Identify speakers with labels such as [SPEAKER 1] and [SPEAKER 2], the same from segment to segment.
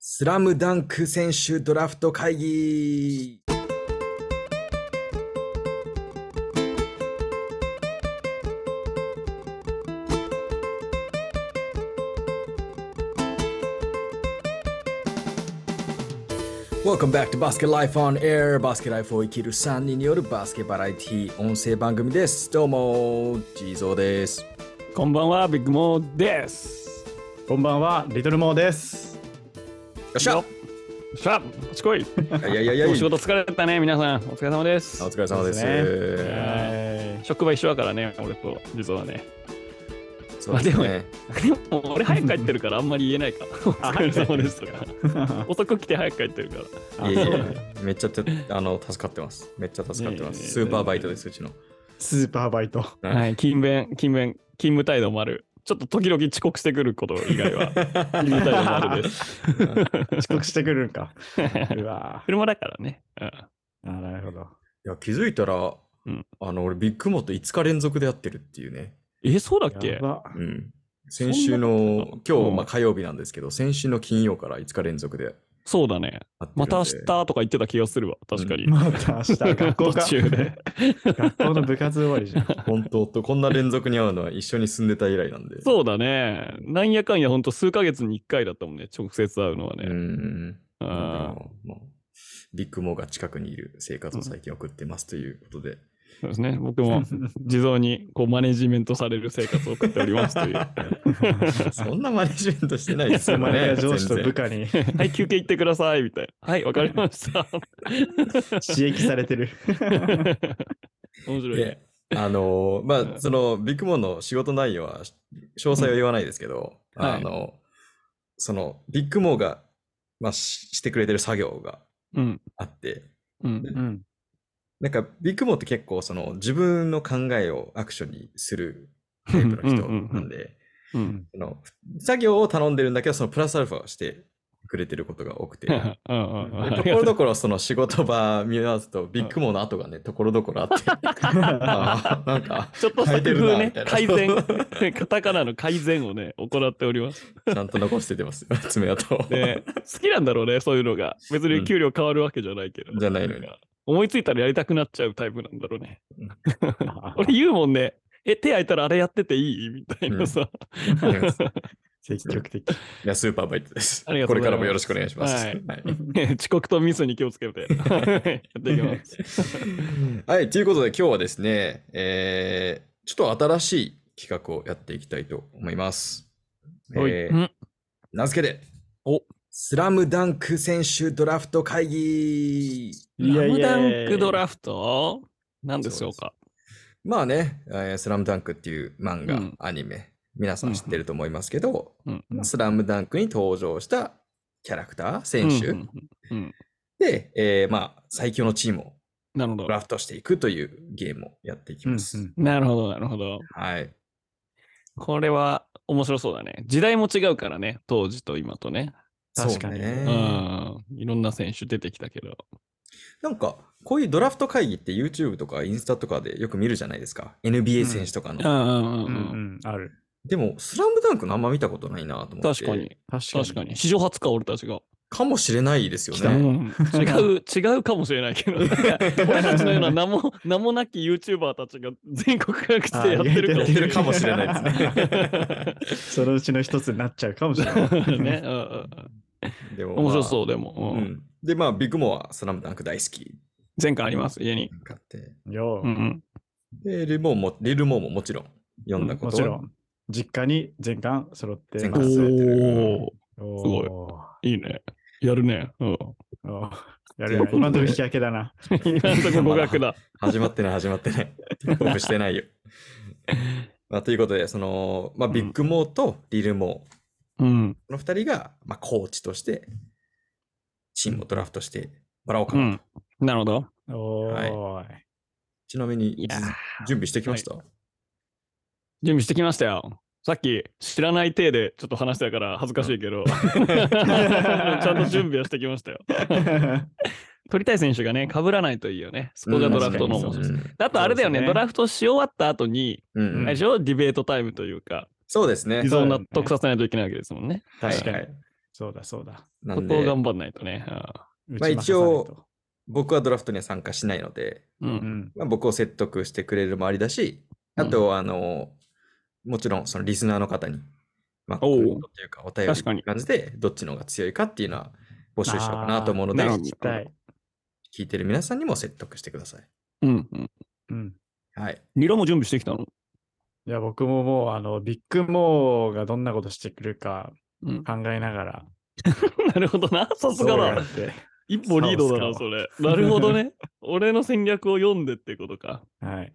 [SPEAKER 1] スラムダンク選手ドラフト会議Welcome back to Basket Life on Air バスケライフを生きる3人によるバスケバラエティ音声番組ですどうも地蔵です
[SPEAKER 2] こんばんは、ビッグモーです。
[SPEAKER 3] こんばんは、リトルモーです。
[SPEAKER 1] よっしゃ
[SPEAKER 2] よっしゃ、こっち来い。
[SPEAKER 1] いやいやいや
[SPEAKER 2] お仕事疲れたね、皆さん。お疲れ様で
[SPEAKER 1] お
[SPEAKER 2] す。
[SPEAKER 1] 疲れ様です
[SPEAKER 2] そうですね職場一緒だからね、俺と、実はね。
[SPEAKER 1] そうです
[SPEAKER 2] まあ
[SPEAKER 1] ね
[SPEAKER 2] でも、俺早く帰ってるから、あんまり言えないか。お疲れ様ですとか。遅く来て早く帰ってるから。
[SPEAKER 1] いやいやめっちゃてあの助かってますめっちゃ助かってま
[SPEAKER 2] い
[SPEAKER 1] す
[SPEAKER 2] やいやいや
[SPEAKER 1] スーパーバイトですう ちの
[SPEAKER 3] スーパーバイト。
[SPEAKER 1] はい
[SPEAKER 2] はい、勤勉、勤勉、勤務態度もある。ちょっと時々遅刻してくること以外 は、勤務態度もあるです。
[SPEAKER 3] 遅刻してくるんか。 うわ
[SPEAKER 2] 車だからね。うん
[SPEAKER 3] ぁ。あなるほど。
[SPEAKER 1] いや、気づいたら、
[SPEAKER 2] うん
[SPEAKER 1] あの、俺、ビッグモと5日連続で会ってるっていうね。
[SPEAKER 2] え、そうだっけ
[SPEAKER 3] やば
[SPEAKER 1] うん。先週の、
[SPEAKER 2] な
[SPEAKER 1] 今
[SPEAKER 2] う
[SPEAKER 1] 日、
[SPEAKER 2] ん
[SPEAKER 1] まあ、火曜日なんですけど、先週の金曜から5日連続で
[SPEAKER 2] そうだね。
[SPEAKER 1] 会ってるんで。
[SPEAKER 2] また明日とか言ってた気がするわ。確かに。
[SPEAKER 3] また明日、学校
[SPEAKER 2] 途
[SPEAKER 3] か。
[SPEAKER 2] 中で。
[SPEAKER 3] 学校の部活終わりじゃん。
[SPEAKER 1] 本当と、こんな連続に会うのは一緒に住んでた以来なんで。
[SPEAKER 2] そうだね。なんやかんや、ほんと数ヶ月に1回だったもんね、直接会うのは
[SPEAKER 1] う
[SPEAKER 2] ね。
[SPEAKER 1] ん。
[SPEAKER 2] あー
[SPEAKER 1] まあビッグモが近くにいる生活を最近送ってますということで。
[SPEAKER 2] そうですね。僕も地蔵にこうマネジメントされる生活を送っておりま すという。
[SPEAKER 1] そんなマネジメントしてないです
[SPEAKER 3] つ
[SPEAKER 1] よ
[SPEAKER 3] まり
[SPEAKER 1] ね。
[SPEAKER 3] は上司と
[SPEAKER 1] 全
[SPEAKER 3] 部
[SPEAKER 1] 然
[SPEAKER 3] 下に
[SPEAKER 2] はい、休憩行ってください、みたいな。はい、わかりました。
[SPEAKER 3] 刺激されてる。
[SPEAKER 2] 面白いね。
[SPEAKER 1] で、あのー
[SPEAKER 2] う
[SPEAKER 1] まあ、
[SPEAKER 2] ん
[SPEAKER 1] その、ビッグモンの仕事内容は、詳細は言わないですけど、
[SPEAKER 2] うんはい
[SPEAKER 1] あの、その、ビッグモンが、まあ、ししてくれてる作業が
[SPEAKER 2] うん。
[SPEAKER 1] あって、
[SPEAKER 2] うん。
[SPEAKER 3] うん。
[SPEAKER 1] なんか、ビッグモンって結構、その、自分の考えをアクションにするタイプの人なんで、
[SPEAKER 2] うん。
[SPEAKER 1] その作業を頼んでるんだけど、そのプラスアルファをしてくれてることが多くて、
[SPEAKER 2] うんうん うんあ
[SPEAKER 1] と
[SPEAKER 2] りが
[SPEAKER 1] こと
[SPEAKER 2] う
[SPEAKER 1] ろどころその仕事場見合わすと、ビッグモンの後がね、ところどころあ って、 あーなんか、
[SPEAKER 2] ちょっとした工夫ね、
[SPEAKER 1] 変
[SPEAKER 2] 改
[SPEAKER 1] えてるな
[SPEAKER 2] 善
[SPEAKER 1] みたいな、
[SPEAKER 2] カタカナの改善をね、行っております。
[SPEAKER 1] ちゃんと残しててますよ、 爪痕を。
[SPEAKER 2] ね、好きなんだろうね、そういうのが。
[SPEAKER 1] う
[SPEAKER 2] 別に
[SPEAKER 1] ん
[SPEAKER 2] 給料変わるわけじゃないけど。
[SPEAKER 1] じゃない のに
[SPEAKER 2] んか思いついたらやりたくなっちゃうタイプなんだろうね。俺言うもんね。え、手空いたらあれやってていいみたいなさ。
[SPEAKER 3] 積極的。
[SPEAKER 1] いや、スーパーバイトです。
[SPEAKER 2] ありが
[SPEAKER 1] こと
[SPEAKER 2] う
[SPEAKER 1] れ
[SPEAKER 2] ご
[SPEAKER 1] か
[SPEAKER 2] ざ
[SPEAKER 1] ら
[SPEAKER 2] います
[SPEAKER 1] もよろしくお願いします。
[SPEAKER 2] はい
[SPEAKER 1] はい。
[SPEAKER 2] 遅刻とミスに気をつけ て。はいやっていきます。
[SPEAKER 1] はい、ということで今日はですね、えー、ちょっと新しい企画をやっていきたいと思います。
[SPEAKER 3] はい
[SPEAKER 1] え
[SPEAKER 2] う
[SPEAKER 1] ー
[SPEAKER 2] ん
[SPEAKER 1] 名付けて、
[SPEAKER 2] お
[SPEAKER 1] スラムダンク選手ドラフト会議
[SPEAKER 3] いや
[SPEAKER 2] ラ
[SPEAKER 3] い
[SPEAKER 2] ム
[SPEAKER 3] や
[SPEAKER 2] ダンクドラフト何でしょうか
[SPEAKER 1] まあね、えースラムダンクっていう漫画、
[SPEAKER 2] うん
[SPEAKER 1] アニメ、皆さん知ってると思いますけど、
[SPEAKER 2] うん
[SPEAKER 3] うん
[SPEAKER 1] スラムダンクに登場したキャラクター、選手、
[SPEAKER 2] うんうんうん
[SPEAKER 1] で、えーまあ、最強のチームを
[SPEAKER 2] なるほど
[SPEAKER 1] ド。ラフトしていくというゲームをやっていきます。
[SPEAKER 2] なるほど、なるほど。
[SPEAKER 1] はい。
[SPEAKER 2] これは面白そうだね。時代も違うからね、当時と今とね。
[SPEAKER 3] 確かに
[SPEAKER 1] そうね
[SPEAKER 2] う。ん。いろんな選手出てきたけど。
[SPEAKER 1] なんか、こういうドラフト会議って YouTube とかインスタとかでよく見るじゃないですか。NBA 選手とかの。
[SPEAKER 2] うんうんうん
[SPEAKER 3] う
[SPEAKER 2] うん。
[SPEAKER 3] うんん、ある。
[SPEAKER 1] でも、スラムダンクのあんま見たことないなと思って。
[SPEAKER 2] 確か。に。
[SPEAKER 3] 確かに。
[SPEAKER 2] 確かに。史上初か、俺たちが。
[SPEAKER 1] かもしれないですよ
[SPEAKER 3] 来た
[SPEAKER 1] ね。
[SPEAKER 2] うん違う、違うかもしれないけ ど、なんか俺たちのような名も、名もなき YouTuber たちが全国各地でやってる
[SPEAKER 1] や
[SPEAKER 2] か
[SPEAKER 1] っ
[SPEAKER 2] も
[SPEAKER 1] て
[SPEAKER 2] しれ
[SPEAKER 1] るかもしれ
[SPEAKER 2] な。
[SPEAKER 1] ないいですね。
[SPEAKER 3] そのうちの一つになっちゃうかもしれない。
[SPEAKER 2] ねうんうん
[SPEAKER 1] でも。
[SPEAKER 2] うん面白そうう、でも、
[SPEAKER 1] う
[SPEAKER 2] うん
[SPEAKER 1] ん。で、まあ、ビッグモア、スラムダンク大好き。
[SPEAKER 2] 前回あります、家に。
[SPEAKER 1] 買って。
[SPEAKER 3] よ
[SPEAKER 2] うんうん
[SPEAKER 1] で、リルモーも、リルモーももちろん読んだ
[SPEAKER 3] う、
[SPEAKER 1] こ
[SPEAKER 3] も
[SPEAKER 1] と
[SPEAKER 3] ち
[SPEAKER 1] は
[SPEAKER 3] ろん、実家に全巻揃って
[SPEAKER 1] 全
[SPEAKER 3] ま
[SPEAKER 1] 巻
[SPEAKER 3] す。
[SPEAKER 2] お
[SPEAKER 3] お
[SPEAKER 2] すごいー
[SPEAKER 3] ー
[SPEAKER 2] いいね。やるね。うん。
[SPEAKER 3] おーやるやる。今のとこ引き分け だな。
[SPEAKER 2] 今んとこ語学だ。
[SPEAKER 1] 始まってない、始まって ない。テンポアップしてないよ。まあ、ということで、その、まあ、
[SPEAKER 2] うん
[SPEAKER 1] ビッグモーとリルモー、
[SPEAKER 2] うん。
[SPEAKER 1] この2人が、まあ、コーチとして、チームをドラフトしてもらおうか
[SPEAKER 2] う
[SPEAKER 1] なと。
[SPEAKER 2] ん。なるほど。
[SPEAKER 3] おーい。
[SPEAKER 1] ちなみに、
[SPEAKER 2] いやー
[SPEAKER 1] 準備してきました、
[SPEAKER 2] 準備してきましたよ。さっき知らない体でちょっと話したから恥ずかしい けど、ちゃんと準備はしてきましたよ。 取りたい選手がね、被らないといいよね。そこがドラフトの面白さ。
[SPEAKER 1] うん
[SPEAKER 2] あとあれだよね
[SPEAKER 3] そうですね
[SPEAKER 2] ドラフトし終わった後に、
[SPEAKER 1] うん
[SPEAKER 2] あ
[SPEAKER 1] うん
[SPEAKER 2] れでしょディベートタイムというか、
[SPEAKER 1] そうですね
[SPEAKER 2] 依。存
[SPEAKER 3] そう
[SPEAKER 2] 納
[SPEAKER 3] だよね
[SPEAKER 2] 得させないといけないわけですもんね。
[SPEAKER 3] 確かに
[SPEAKER 1] はい。
[SPEAKER 3] そうだそうだ。
[SPEAKER 1] な
[SPEAKER 2] こ
[SPEAKER 1] ん
[SPEAKER 2] こを
[SPEAKER 1] で、
[SPEAKER 2] 頑張んないとね。
[SPEAKER 3] ま
[SPEAKER 1] まあ一応、僕はドラフトには参加しないので、
[SPEAKER 2] うん。う
[SPEAKER 3] うんん、
[SPEAKER 1] まあ、僕を説得してくれる周りだし、あと、あの、もちろんそのリスナーの方に、まあ、コ
[SPEAKER 2] おう
[SPEAKER 1] メントというかお便り
[SPEAKER 2] 確
[SPEAKER 1] と
[SPEAKER 2] か
[SPEAKER 1] い
[SPEAKER 2] に
[SPEAKER 1] う感じで、どっちの方が強いかっていうのは募集しようかなと思うの
[SPEAKER 2] あ
[SPEAKER 1] で、
[SPEAKER 2] ーなるほど
[SPEAKER 3] 聞きたい。
[SPEAKER 1] 聞いてる皆さんにも説得してください。
[SPEAKER 2] うん。うん
[SPEAKER 3] うん。
[SPEAKER 1] はい。
[SPEAKER 2] ニラも準備してきたの
[SPEAKER 3] いや、僕ももう、あの、ビッグモーがどんなことしてくるか
[SPEAKER 2] うん。
[SPEAKER 3] 考えながら。
[SPEAKER 2] なるほどな。さすが
[SPEAKER 3] どうや
[SPEAKER 2] だ。
[SPEAKER 3] って
[SPEAKER 2] 一歩リードだな、
[SPEAKER 3] サ
[SPEAKER 2] それ。なるほどね。俺の戦略を読んでってことか。
[SPEAKER 3] はい。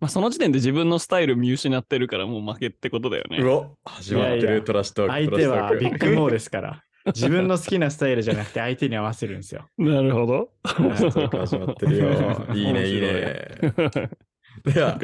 [SPEAKER 2] まあ、その時点で自分のスタイル見失ってるからもう負けってことだよ
[SPEAKER 1] う
[SPEAKER 2] ね。
[SPEAKER 1] わ、始まって
[SPEAKER 3] いやいや
[SPEAKER 1] るトラストーク。
[SPEAKER 3] 相手は
[SPEAKER 1] トラ
[SPEAKER 3] ビ
[SPEAKER 1] ストーク
[SPEAKER 3] ッグモーですから。自分の好きなスタイルじゃなくて相手に合わせるんですよ。
[SPEAKER 2] なるほど。
[SPEAKER 1] トラストーク始まってる よ。いいね、いい ね。では、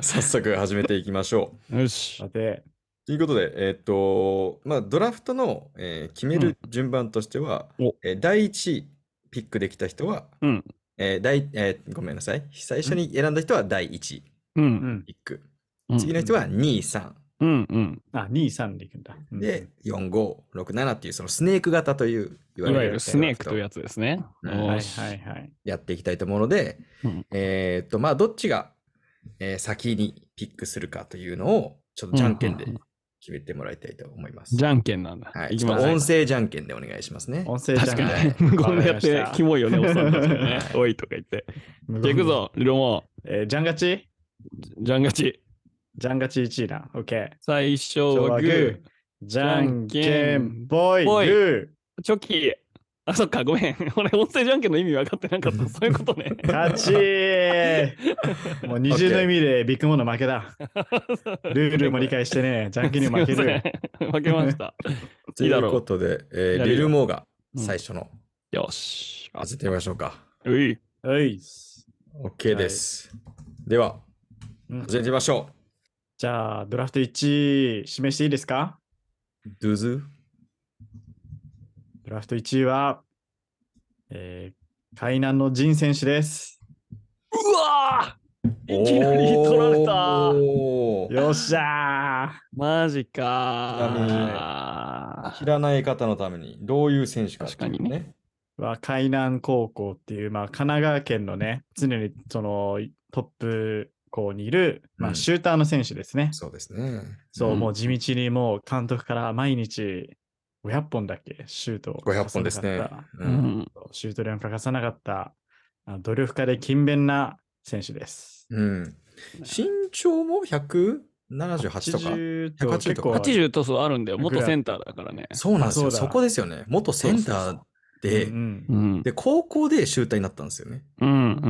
[SPEAKER 1] 早速始めていきましょう。
[SPEAKER 2] よし
[SPEAKER 3] さ。て、
[SPEAKER 1] ということで、えーっと、まあ、ドラフトの、えー決める順番としては、
[SPEAKER 2] うんお
[SPEAKER 1] えー第1ピックできた人は、
[SPEAKER 2] うん
[SPEAKER 1] えー第えーごめんなさい、最初に選んだ人は第1
[SPEAKER 2] う。
[SPEAKER 3] うんん。
[SPEAKER 1] ピック、
[SPEAKER 2] うん
[SPEAKER 1] 次の人は2、3、
[SPEAKER 2] うんうん。
[SPEAKER 3] あ、2、3でいくんだ。うん
[SPEAKER 1] で、、4、5、6、7っていう、そのスネーク型という、い
[SPEAKER 2] いわゆるスネークという
[SPEAKER 1] や
[SPEAKER 2] やつですね。
[SPEAKER 1] うん
[SPEAKER 3] はい
[SPEAKER 2] よし
[SPEAKER 3] はいはい。
[SPEAKER 1] やっていきたいと思うので、
[SPEAKER 2] うん
[SPEAKER 1] えーっと、まあ、どっちが、えー先にピックするかというのを、ちょっとじゃんけんで
[SPEAKER 2] うんうん
[SPEAKER 1] 決めてもらいたいと思います。
[SPEAKER 2] じゃんけんなんだ。
[SPEAKER 1] はい、
[SPEAKER 2] いき
[SPEAKER 1] ちょっ
[SPEAKER 2] ま
[SPEAKER 1] と
[SPEAKER 2] す。
[SPEAKER 1] 音声じゃんけんでお願いしますね。
[SPEAKER 3] 音声じゃ
[SPEAKER 2] 確か
[SPEAKER 3] んけん
[SPEAKER 2] に
[SPEAKER 1] はい。
[SPEAKER 2] ね。 無言でやって
[SPEAKER 3] わかりまし、た
[SPEAKER 2] キモいよね、おっさんたちが ねおいとか言って。
[SPEAKER 3] 無
[SPEAKER 2] じゃあ行
[SPEAKER 3] 言
[SPEAKER 2] く。ぞ、リロモ。
[SPEAKER 3] えー、ジャンガチ
[SPEAKER 2] じゃん勝ち。
[SPEAKER 3] ジャンガチ1位だ。オッケー。
[SPEAKER 2] 最初はグ
[SPEAKER 3] じゃあ
[SPEAKER 2] ー
[SPEAKER 3] グ。じゃんけん、ボイ、グ
[SPEAKER 2] ボイ
[SPEAKER 3] ー。
[SPEAKER 2] チョキ。あ、そっか、ごめん。 俺、音声じゃんけんの意味分かってなか った。そういうことね。
[SPEAKER 3] 勝ち もう二重の意味でビッグモーの負けだ。ルールも理解して ね、ジャンケンに負け
[SPEAKER 2] すい
[SPEAKER 3] る。
[SPEAKER 2] ません負けま した。
[SPEAKER 1] ということで、えー
[SPEAKER 2] やる
[SPEAKER 1] リ
[SPEAKER 2] よ
[SPEAKER 1] ル・モーが最初の
[SPEAKER 2] よし。
[SPEAKER 1] 当ててみましょうか。
[SPEAKER 2] うい。
[SPEAKER 3] おい。
[SPEAKER 1] OK です。では、
[SPEAKER 3] うん
[SPEAKER 1] 始めてみましょ
[SPEAKER 3] じゃあ、ドラフト1位、示していいですか
[SPEAKER 1] う。ドゥズ
[SPEAKER 3] ドラフト1位は、えー、海南のジン選手です。
[SPEAKER 2] うわーいきなり取られた
[SPEAKER 1] おー
[SPEAKER 3] よっしゃ
[SPEAKER 2] マジ
[SPEAKER 1] ち
[SPEAKER 2] か
[SPEAKER 1] 知らない方のために、どういう選手かっていう
[SPEAKER 2] 確かに
[SPEAKER 1] ね。
[SPEAKER 3] ーは海南高校っていう、まあ、神奈川県のね、常にそのトップ校にいる、ま
[SPEAKER 1] う
[SPEAKER 3] あ、
[SPEAKER 1] ん
[SPEAKER 3] シューターの選手ですね。
[SPEAKER 1] そうですね。
[SPEAKER 3] そう、
[SPEAKER 2] うん
[SPEAKER 3] もう地道にもう監督から毎日500本だっけシュートを
[SPEAKER 1] 500本です
[SPEAKER 3] 欠
[SPEAKER 1] ね
[SPEAKER 3] かさなかっ。
[SPEAKER 1] う
[SPEAKER 2] うんん。
[SPEAKER 3] たシュート量を欠かさなかった、あ努力家で勤勉な選手です。
[SPEAKER 1] うん身長も178とか。
[SPEAKER 3] 80と
[SPEAKER 1] 180
[SPEAKER 3] 結
[SPEAKER 1] と
[SPEAKER 3] 構
[SPEAKER 1] か
[SPEAKER 2] 80とそうあるんだよ。元センターだからね。
[SPEAKER 1] そうなんですよ。
[SPEAKER 3] あそうだ
[SPEAKER 1] そこですよね。元センターで
[SPEAKER 3] うん、うん
[SPEAKER 2] うん。
[SPEAKER 1] で、高校で集大になったんですよね。
[SPEAKER 2] うんう
[SPEAKER 3] うんうんん
[SPEAKER 2] う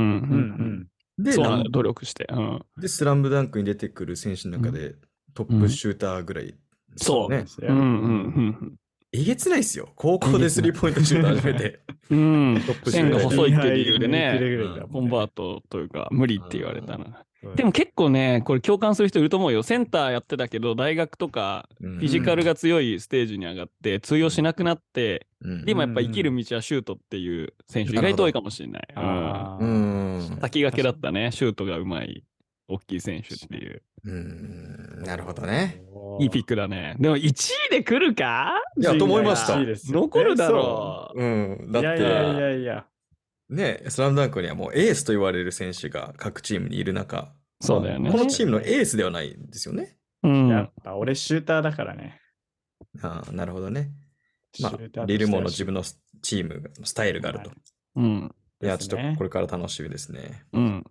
[SPEAKER 2] ん。
[SPEAKER 1] で、
[SPEAKER 2] そうな
[SPEAKER 1] な
[SPEAKER 2] んだ
[SPEAKER 1] ん
[SPEAKER 2] よ努力して。うん。
[SPEAKER 1] で、スラムダンクに出てくる選手の中で、トップシューターぐらいですよね、
[SPEAKER 3] そう
[SPEAKER 2] う
[SPEAKER 3] うん
[SPEAKER 2] んうん
[SPEAKER 1] えげつないですよ。高校でスリーポイントシューター初めて。
[SPEAKER 2] うん。うん
[SPEAKER 1] トップシュー
[SPEAKER 2] 線
[SPEAKER 1] タ
[SPEAKER 2] が
[SPEAKER 1] ー
[SPEAKER 2] 細いっていう理由で
[SPEAKER 3] インハイに
[SPEAKER 2] ね。
[SPEAKER 3] 行ってるぐらいだ
[SPEAKER 2] コ
[SPEAKER 3] もん
[SPEAKER 2] ン
[SPEAKER 3] ね
[SPEAKER 2] バートというか、無理って言われたな。
[SPEAKER 3] そう
[SPEAKER 2] でも結構ね、これ共感する人いると思うよ。センターやってたけど、大学とか
[SPEAKER 1] うん
[SPEAKER 2] フィジカルが強いステージに上がって、通用しなくなって、
[SPEAKER 1] うん
[SPEAKER 2] で、今やっぱ生きる道はシュートっていう選手、意外と多いかもしれない。うん
[SPEAKER 3] あ
[SPEAKER 1] う
[SPEAKER 3] ー
[SPEAKER 1] ん。
[SPEAKER 2] 先駆けだったね、シュートがうまい、大きい選手っていう。
[SPEAKER 1] うんなるほどね。。
[SPEAKER 2] いいピックだね。でも1位で来るか
[SPEAKER 1] いやと思いました
[SPEAKER 3] 1位ですよ
[SPEAKER 2] 残るだろ
[SPEAKER 1] うん。だ
[SPEAKER 3] えそう
[SPEAKER 1] っ
[SPEAKER 3] いやいやい
[SPEAKER 1] て、
[SPEAKER 3] やいや。
[SPEAKER 1] ね、スラムダンクにはもうエースと言われる選手が各チームにいる中、
[SPEAKER 2] う。そうだよね。
[SPEAKER 1] このチームのエースではないんですよね。
[SPEAKER 2] う
[SPEAKER 3] や
[SPEAKER 2] ん
[SPEAKER 3] っ。ぱ俺シューターだからね。
[SPEAKER 1] ああ、なるほどね。ま
[SPEAKER 3] シューター
[SPEAKER 1] あ、
[SPEAKER 3] とし
[SPEAKER 1] リ
[SPEAKER 3] て
[SPEAKER 1] ルモの
[SPEAKER 3] は
[SPEAKER 1] 自分のスチームのスタイルがあると。
[SPEAKER 3] はい
[SPEAKER 2] うん。
[SPEAKER 1] いや、ちょっ
[SPEAKER 3] です
[SPEAKER 1] と
[SPEAKER 3] ね
[SPEAKER 1] これから楽しみですね。
[SPEAKER 2] うん。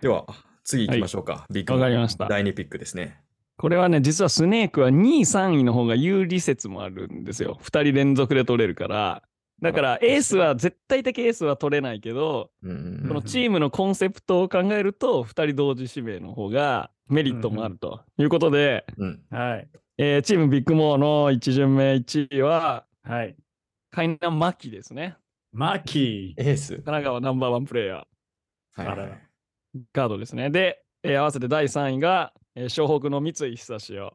[SPEAKER 1] では、次行きましょうか。ビッグ
[SPEAKER 2] わかりました
[SPEAKER 1] 第2ピックですね。
[SPEAKER 2] これはね、実はスネークは2位、3位の方が有利説もあるんですよ。2人連続で取れるから。だから、エースは、絶対的エースは取れないけど、
[SPEAKER 1] うん
[SPEAKER 2] こ
[SPEAKER 1] うん
[SPEAKER 2] のチームのコンセプトを考えると、2人同時指名の方がメリットもあるということで、
[SPEAKER 1] うん。
[SPEAKER 3] はい。
[SPEAKER 2] えーチームビッグモーの1巡目1位は、
[SPEAKER 3] はい。
[SPEAKER 2] 海南マキですね。
[SPEAKER 3] マッキー。
[SPEAKER 1] エース。
[SPEAKER 2] 神奈川ナンバーワンプレイヤー、
[SPEAKER 1] はい
[SPEAKER 3] あらら
[SPEAKER 2] ガードですね。で、えー合わせて第3位が、えー、湘北の三井久志を。